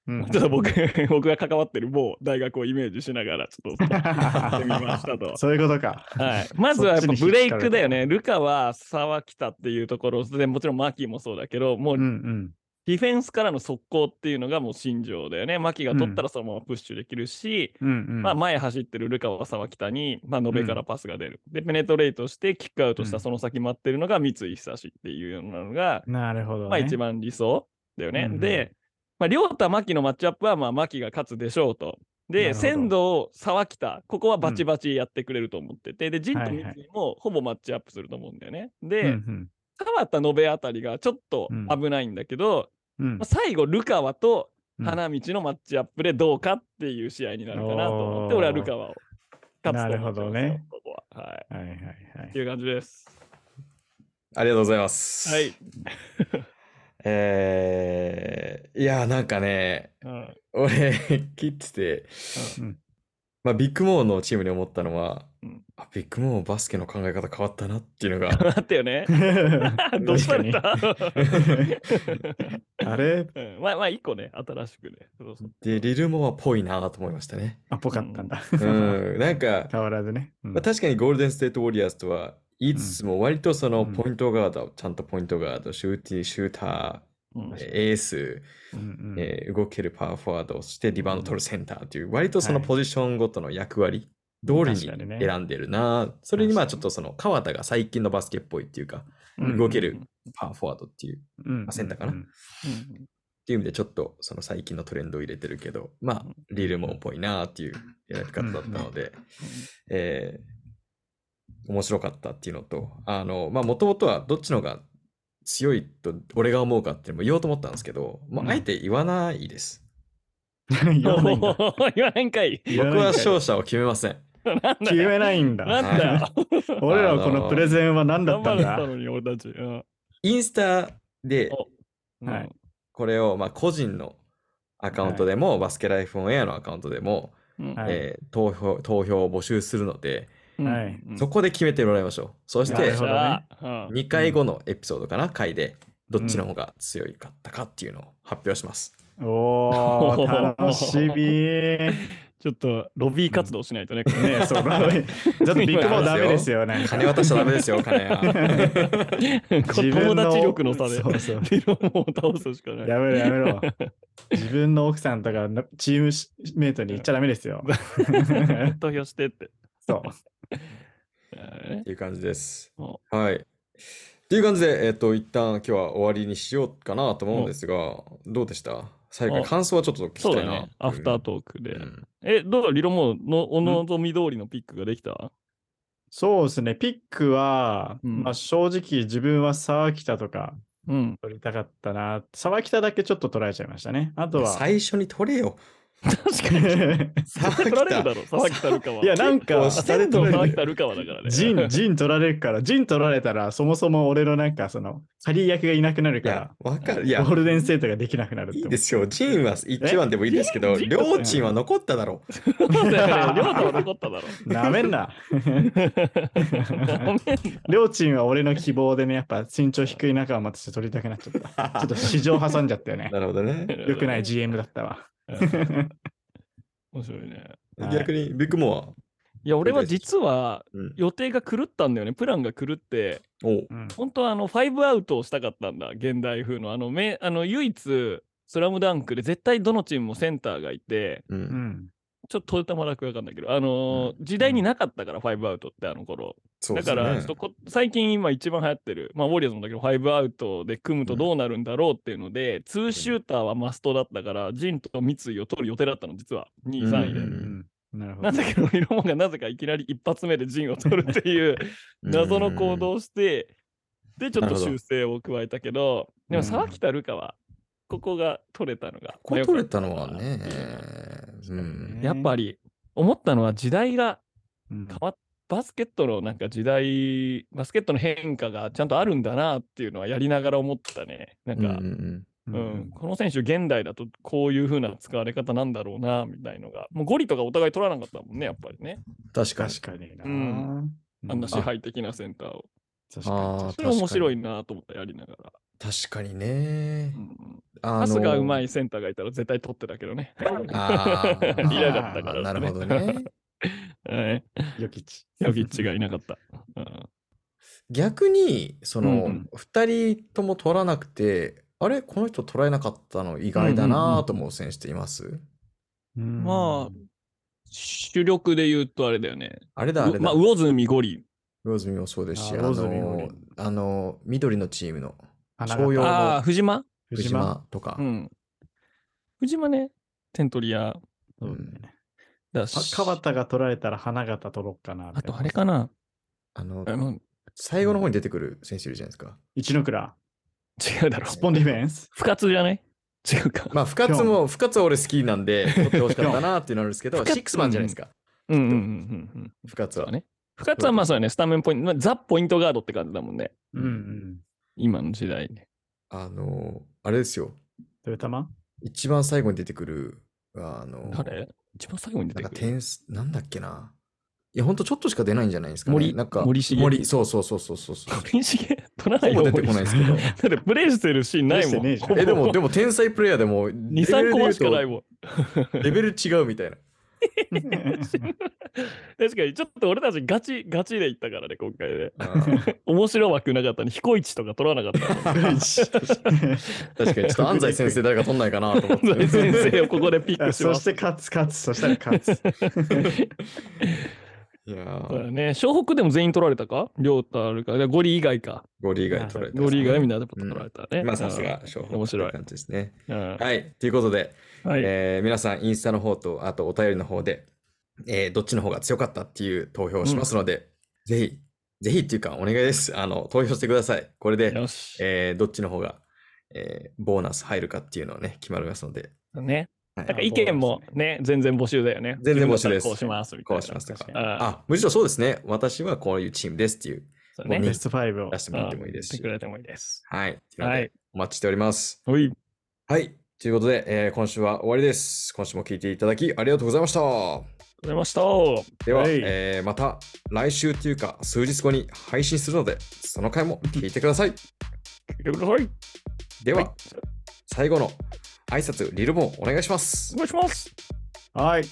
[SPEAKER 3] うん。
[SPEAKER 2] ょっと僕、 僕が関わってる某大学をイメージしながら、ちょっとやってみました と。
[SPEAKER 3] そういうことか。
[SPEAKER 2] はい、まずはやっぱブレイクだよ
[SPEAKER 3] そ
[SPEAKER 2] ね。ルカは沢北っていうところで、もちろんマキもそうだけど、もう
[SPEAKER 3] うんうん。
[SPEAKER 2] ディフェンスからの速攻っていうのがもう信条だよね。マキが取ったらそのままプッシュできるし、
[SPEAKER 3] うんうん。
[SPEAKER 2] まあ、前走ってるルカワ沢北に、まあ、延べからパスが出る。で、ペネトレートして、キックアウトし
[SPEAKER 3] う
[SPEAKER 2] た
[SPEAKER 3] ん
[SPEAKER 2] その先待ってるのが三井久志っていうようなのが、
[SPEAKER 3] なるほど、ね。
[SPEAKER 2] まあ、一番理想だよね。
[SPEAKER 3] うんうん
[SPEAKER 2] で、まあ、両太、牧のマッチアップは、まあ、牧が勝つでしょうと。
[SPEAKER 3] なる
[SPEAKER 2] で、
[SPEAKER 3] ほど
[SPEAKER 2] 仙道、沢北、ここはバチバチやってくれると思ってて、で、陣と三井
[SPEAKER 3] はいは
[SPEAKER 2] もほぼマッチアップすると思うんだよね。
[SPEAKER 3] うんう
[SPEAKER 2] で、
[SPEAKER 3] ん
[SPEAKER 2] 川田、延べあたりがちょっと危ないんだけど、
[SPEAKER 3] う
[SPEAKER 2] ま
[SPEAKER 3] ん
[SPEAKER 2] あ最後、ルカワと
[SPEAKER 3] うん
[SPEAKER 2] 花道のマッチアップでどうかっていう試合になるかなと思って、
[SPEAKER 3] おー
[SPEAKER 2] 俺はルカワを勝つと思ってますよ
[SPEAKER 3] なるほどね。
[SPEAKER 2] ここは。はい。
[SPEAKER 3] はいはいは
[SPEAKER 2] っていう感じです。
[SPEAKER 1] ありがとうございます。
[SPEAKER 2] はい。。
[SPEAKER 1] えー、いや、なんかね、
[SPEAKER 2] うん
[SPEAKER 1] 俺、切ってて、
[SPEAKER 3] い。うん
[SPEAKER 1] まあ、ビッグモーのチームに思ったのは、
[SPEAKER 2] うん
[SPEAKER 1] あビッグモーバスケの考え方変わったなっていうのが、
[SPEAKER 2] あったよね。どうされた
[SPEAKER 3] あれ
[SPEAKER 2] うん まあまあ、一個ね、新しくね。そうそう
[SPEAKER 1] で、リルモアっぽいなと思いました ね。
[SPEAKER 3] あ、ぽかったんだ。
[SPEAKER 1] うん、なんか、
[SPEAKER 3] 変わらずね。うん
[SPEAKER 1] まあ、確かにゴールデン・ステート・ウォリアーズとは言いつつも、割とその
[SPEAKER 3] うん
[SPEAKER 1] ポイントガード、ちゃんとポイントガード、シューティー、シュータ
[SPEAKER 2] うん
[SPEAKER 1] ー、エース、
[SPEAKER 3] うんうん
[SPEAKER 1] えー動けるパワーフォワード、そしてリバウンド取るセンターという、割とその
[SPEAKER 3] はい
[SPEAKER 1] ポジションごとの役割通りに
[SPEAKER 3] 確かにね
[SPEAKER 1] 選んでるな、それにまあ
[SPEAKER 3] 確
[SPEAKER 1] ちょっ
[SPEAKER 3] かに
[SPEAKER 1] とその川田が最近のバスケっぽいっていうか、
[SPEAKER 3] うん
[SPEAKER 1] 動ける。パワーフォワードっていう、っ
[SPEAKER 3] うん
[SPEAKER 1] あセン ターかな
[SPEAKER 3] うん
[SPEAKER 2] うん
[SPEAKER 1] ていう意味でちょっとその最近のトレンドを入れてるけど、まあ、リルモンっぽいなっていう選び方だったので、えー面白かったっていうのと、あの、まあ、もともとはどっちの方が強いと俺が思うかっていうのも言おうと思ったんですけど、ま
[SPEAKER 3] うん
[SPEAKER 1] あ、あえて言わないです。
[SPEAKER 3] 言わないんだ。
[SPEAKER 2] おー言わないんかい。
[SPEAKER 1] 僕は
[SPEAKER 3] 正
[SPEAKER 1] 勝者を決めません。
[SPEAKER 2] なんだ
[SPEAKER 3] 決
[SPEAKER 2] よ。
[SPEAKER 3] めないんだ。
[SPEAKER 2] なんだよ。
[SPEAKER 3] 俺らはこのプレゼンは何だ
[SPEAKER 2] 頑張
[SPEAKER 3] ったん
[SPEAKER 2] れ
[SPEAKER 3] だ
[SPEAKER 2] たのに、俺たち。うん
[SPEAKER 1] インスタで
[SPEAKER 3] は。
[SPEAKER 2] う
[SPEAKER 3] い
[SPEAKER 2] ん
[SPEAKER 1] これをまあ個人のアカウントでも、バスケライフオンエアのアカウントでも、
[SPEAKER 2] うん
[SPEAKER 3] はい
[SPEAKER 1] えー投票投票を募集するので、
[SPEAKER 2] うん
[SPEAKER 3] はい
[SPEAKER 2] うん
[SPEAKER 1] そこで決めてもらいましょう。そし
[SPEAKER 2] よ
[SPEAKER 3] な
[SPEAKER 1] て
[SPEAKER 3] るほどね
[SPEAKER 2] うん
[SPEAKER 1] 2回後のエピソードかな回でどっちの方が強いかったかっていうのを発表します。
[SPEAKER 3] おー、楽しみー。
[SPEAKER 2] ちょっとロビー活動しないとね。こ れ
[SPEAKER 3] ねえ、そう、だめ。ちょっとビッグモーダメですよね。
[SPEAKER 1] 金渡しちゃダメ ですよ、金は。
[SPEAKER 2] これ友達力の差で。
[SPEAKER 3] そうそう。
[SPEAKER 2] 理論を倒すしかない。
[SPEAKER 3] やめろやめろ。自分の奥さんとかのチームしメイトに言っちゃダメですよ。
[SPEAKER 2] 投票してって。
[SPEAKER 3] そう。
[SPEAKER 2] え
[SPEAKER 1] っていう感じです
[SPEAKER 2] お。
[SPEAKER 1] はい。っていう感じで、えっ、と、一旦今日は終わりにしようかなと思うんですが、どうでした最後に
[SPEAKER 2] お
[SPEAKER 1] 感想はちょっと聞き
[SPEAKER 2] ーそう
[SPEAKER 1] た
[SPEAKER 2] だ
[SPEAKER 1] いな。
[SPEAKER 2] ね。アフタートーク
[SPEAKER 1] うん
[SPEAKER 2] で
[SPEAKER 1] う。ん
[SPEAKER 2] え、どうだ、理論ものお望み通りのピックができた
[SPEAKER 3] そうですね。ピックは、
[SPEAKER 2] うん
[SPEAKER 3] まあ正直自分は沢北とか
[SPEAKER 2] うん。
[SPEAKER 3] 取りたかったな。沢北だけちょっと捉えちゃいましたね。あとは、
[SPEAKER 1] 最初に取れよ。
[SPEAKER 2] 確かに。
[SPEAKER 1] 沢
[SPEAKER 2] 取
[SPEAKER 1] 北
[SPEAKER 2] られるだろ、佐々木たるかは。
[SPEAKER 3] いや、なんか
[SPEAKER 1] 結構、
[SPEAKER 2] あ、
[SPEAKER 1] 下で
[SPEAKER 2] 佐
[SPEAKER 1] 取れ
[SPEAKER 2] 々
[SPEAKER 1] る
[SPEAKER 2] 木たるかはだからね。
[SPEAKER 3] ジン、ジン取られるから、ジン取られたら、そもそも俺のなんか、その、仮役がいなくなる
[SPEAKER 1] いや
[SPEAKER 3] か、
[SPEAKER 1] わかる。い
[SPEAKER 3] ら、
[SPEAKER 1] や
[SPEAKER 3] ゴ、ールデンステートができなくなるって
[SPEAKER 1] い
[SPEAKER 3] 思
[SPEAKER 1] いうですよ。チームは1番でもいいですけど、
[SPEAKER 2] えジン
[SPEAKER 1] 両チームは残っただろう。
[SPEAKER 2] そうだよね。両方残った だろ。
[SPEAKER 3] なめんな。
[SPEAKER 2] ダメ
[SPEAKER 3] 両チームは俺の希望でね、やっぱ身長低い中をまたして取りたくなっちゃ った。ちょっと市場挟んじゃったよ ね。
[SPEAKER 1] なるほどね。
[SPEAKER 2] だ
[SPEAKER 3] 良くない GM だったわ。
[SPEAKER 2] 面白いね。
[SPEAKER 3] はい
[SPEAKER 1] 逆に、ビッグモ
[SPEAKER 2] いや、俺は実は
[SPEAKER 1] ア。うん。
[SPEAKER 2] 予定が狂ったんだよね。プランが狂って、
[SPEAKER 1] おう
[SPEAKER 3] うん
[SPEAKER 2] 本当はあの、ファイブアウトをしたかったんだ。現代風の。あの、めあの唯一、スラムダンクで絶対どのチームもセンターがいて、
[SPEAKER 1] う。
[SPEAKER 3] うんん。
[SPEAKER 2] ちょっとトヨタマラクわかんないけど、あのー時代になかったから、ファイブアウトってあの頃。
[SPEAKER 1] そう
[SPEAKER 2] だ
[SPEAKER 1] です
[SPEAKER 2] か
[SPEAKER 1] ね
[SPEAKER 2] ら、そこ最近今一番流行ってる、まあ、ウォリアーズもだけど、ファイブアウトで組むとどうなるんだろうっていうので、ツーシューターはマストだったから、ジンと三井を取る予定だったの、実は、2位、
[SPEAKER 1] うん
[SPEAKER 2] 3位で。
[SPEAKER 3] うんなるほ
[SPEAKER 2] な
[SPEAKER 3] ど。
[SPEAKER 2] んだけど、イロモンがなぜかいきなり一発目でジンを取るっていう謎の行動をして、で、ちょっと修正を加えたけど、でも、沢北ルカは、ここが取れたのが。
[SPEAKER 1] こ
[SPEAKER 2] ま
[SPEAKER 1] こ
[SPEAKER 2] あよか
[SPEAKER 1] 取れたのはね。うん。
[SPEAKER 2] やっぱり、思ったのは時代が
[SPEAKER 3] うん
[SPEAKER 2] 変わっバスケットのなんか時代、バスケットの変化がちゃんとあるんだなっていうのはやりながら思ったね。なん
[SPEAKER 1] うんう
[SPEAKER 2] か、
[SPEAKER 1] ん
[SPEAKER 3] う
[SPEAKER 2] うん
[SPEAKER 3] ん
[SPEAKER 2] この選手、現代だとこういう風な使われ方なんだろうなみたいのが、もうゴリとかお互い取らなかったもんね、やっぱりね。
[SPEAKER 1] 確かに
[SPEAKER 3] 確。かにな。
[SPEAKER 2] う
[SPEAKER 3] うんん
[SPEAKER 2] あんな支
[SPEAKER 3] 確か
[SPEAKER 2] 配的なセンターを。
[SPEAKER 3] に
[SPEAKER 1] ああ
[SPEAKER 2] それ面白
[SPEAKER 1] い。
[SPEAKER 2] いなと思った、やりながら。
[SPEAKER 1] 確かにね
[SPEAKER 2] う。ん
[SPEAKER 1] あ
[SPEAKER 2] パスがうま
[SPEAKER 1] い。
[SPEAKER 2] いセンターがいたら絶対取ってたけどね。
[SPEAKER 1] ああ。
[SPEAKER 2] いなかったから
[SPEAKER 1] なるほどね。
[SPEAKER 2] はい
[SPEAKER 3] ヨキッチ。
[SPEAKER 2] ヨキッチがいなかった。うん
[SPEAKER 1] 逆に、そ
[SPEAKER 2] うんう
[SPEAKER 1] の
[SPEAKER 2] ん、
[SPEAKER 1] 二人とも取らなくて、あれこの人取られなかったの意外だなと思う選手っています
[SPEAKER 2] まあ主力で言うとあれだよね。
[SPEAKER 1] あれだ、あれ
[SPEAKER 2] う
[SPEAKER 1] だ
[SPEAKER 2] まあ、。魚住ゴリ
[SPEAKER 1] 魚住もそうですし、あ
[SPEAKER 3] あー魚住もね
[SPEAKER 1] の、あの、緑のチームの
[SPEAKER 3] あ、
[SPEAKER 1] 商用
[SPEAKER 2] ああ、
[SPEAKER 1] の
[SPEAKER 2] 藤間
[SPEAKER 1] 藤間とか
[SPEAKER 2] う。ん。藤間ね、テントリア
[SPEAKER 3] そうだよね
[SPEAKER 2] だ
[SPEAKER 3] あ
[SPEAKER 2] し。
[SPEAKER 3] 川田が取られたら花形取ろっかな。
[SPEAKER 2] あとあれかな
[SPEAKER 1] あの
[SPEAKER 2] あ、の
[SPEAKER 1] 最後の方に出てくる選手いるじゃないですか。
[SPEAKER 3] 一ノ倉。
[SPEAKER 2] 違うだろ
[SPEAKER 3] ス。ポンディフェンス。
[SPEAKER 2] 不活じゃない違うか。
[SPEAKER 1] まあ、深津も、深津は俺好きなんで、取ってほしかったなっていうのあるんですけど、
[SPEAKER 2] 深津
[SPEAKER 1] シックスマンじゃないですか、
[SPEAKER 2] うんうんうんうんうん。
[SPEAKER 1] 深津
[SPEAKER 2] そう
[SPEAKER 1] は
[SPEAKER 2] だ。ね。不活はまあそうだね、スタメンポイント、まあ、ザ・ポイントガードって感じだもんね。
[SPEAKER 3] うんうん。
[SPEAKER 2] 今の時代ね。
[SPEAKER 1] あの、あれですよ。
[SPEAKER 3] トヨ タ マ
[SPEAKER 1] 一番最後に出てくる、あの、
[SPEAKER 2] 誰一番最後に出
[SPEAKER 1] なん
[SPEAKER 2] て
[SPEAKER 1] か
[SPEAKER 2] くる。
[SPEAKER 1] 点数、なんだっけな。いや、ほんとちょっとしか出ないんじゃないですか、ね。
[SPEAKER 2] 森
[SPEAKER 1] なんか
[SPEAKER 2] 森重
[SPEAKER 1] 森、そうそうそうそうそう そう。
[SPEAKER 2] 森重取らな
[SPEAKER 1] ほ
[SPEAKER 2] い
[SPEAKER 1] ぼ
[SPEAKER 2] よ。
[SPEAKER 1] 出てこないですけど。
[SPEAKER 2] だってプレイしてるシーンないも
[SPEAKER 3] プレイしてねえじゃ
[SPEAKER 2] ん。
[SPEAKER 3] ん
[SPEAKER 1] え、でも、でも天才プレイヤーでも、
[SPEAKER 2] 2、3個はしかないもん。
[SPEAKER 1] レベル違うみたいな。
[SPEAKER 2] 確かに、ちょっと俺たちガチ、ガチで行ったからね、今回ね。
[SPEAKER 1] あ ー
[SPEAKER 2] 面白枠なかったね。彦一とか取らなかったも
[SPEAKER 1] 確
[SPEAKER 2] ん。
[SPEAKER 1] かに、ちょっと安西先生誰か取んないかなと思って。
[SPEAKER 2] 先生をここでピックし
[SPEAKER 3] そ
[SPEAKER 2] ま
[SPEAKER 3] し
[SPEAKER 2] す。
[SPEAKER 3] て勝つ、勝つ、そしたら勝つ。
[SPEAKER 1] いや
[SPEAKER 2] そうだ
[SPEAKER 1] ー、
[SPEAKER 2] ね、湘北でも全員取られたか両太あるか。でゴリ以外か。
[SPEAKER 1] ゴリ以外取られて
[SPEAKER 2] ゴ
[SPEAKER 1] ますね
[SPEAKER 2] リ以外みんなで取られたね。
[SPEAKER 1] まあ、さすが、勝負。
[SPEAKER 2] 面白い
[SPEAKER 1] 感じですね。
[SPEAKER 2] うん。うん
[SPEAKER 1] はい、ということで、
[SPEAKER 2] はい。
[SPEAKER 1] えー皆さん、インスタの方と、あとお便りの方で、えーどっちの方が強かったっていう投票をしますので、ぜひ、ぜひっていうか、お願いです。あの、投票してください。これで、
[SPEAKER 2] よし。
[SPEAKER 1] えーどっちの方が、えーボーナス入るかっていうのをね、決まりますので、
[SPEAKER 2] ね。
[SPEAKER 1] はい
[SPEAKER 2] なんか意見もね、全然募集だよね。
[SPEAKER 1] 全然募集です
[SPEAKER 2] 自分だったらこうしますみたい
[SPEAKER 1] こ
[SPEAKER 2] な。
[SPEAKER 1] うしますとか
[SPEAKER 3] 確。か
[SPEAKER 2] ああ
[SPEAKER 1] あ、むしろそうですね。私はこういうチームですっていう、
[SPEAKER 2] そう
[SPEAKER 1] もう
[SPEAKER 2] ね。
[SPEAKER 3] ベスト5を
[SPEAKER 1] 出。してもらってもいいです
[SPEAKER 2] して
[SPEAKER 1] し
[SPEAKER 2] く。れてもいいです。
[SPEAKER 1] はい。というの
[SPEAKER 2] は
[SPEAKER 1] で
[SPEAKER 2] い。
[SPEAKER 1] お待ちしております。
[SPEAKER 2] ほい。
[SPEAKER 1] はい。ということで、えー今週は終わりです。今週も聞いていただきありがとうございました。
[SPEAKER 2] 取れました。お
[SPEAKER 1] では、
[SPEAKER 3] はい
[SPEAKER 1] えーまた来週というか数日後に配信するので、その回も聞いてください。
[SPEAKER 2] いてください。
[SPEAKER 1] では、
[SPEAKER 2] はい
[SPEAKER 1] 最後の挨拶、リルボンお願いします
[SPEAKER 2] お。願いします。
[SPEAKER 3] はい。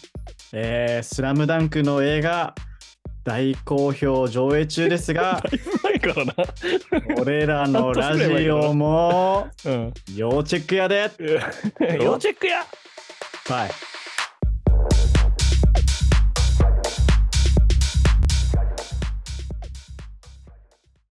[SPEAKER 3] えー、スラムダンクの映画、大好評上映中で すが、
[SPEAKER 2] ないからな。
[SPEAKER 3] 俺らのラジオも
[SPEAKER 2] うん。
[SPEAKER 3] 要チェックやで
[SPEAKER 2] 要チェックや
[SPEAKER 3] バイ。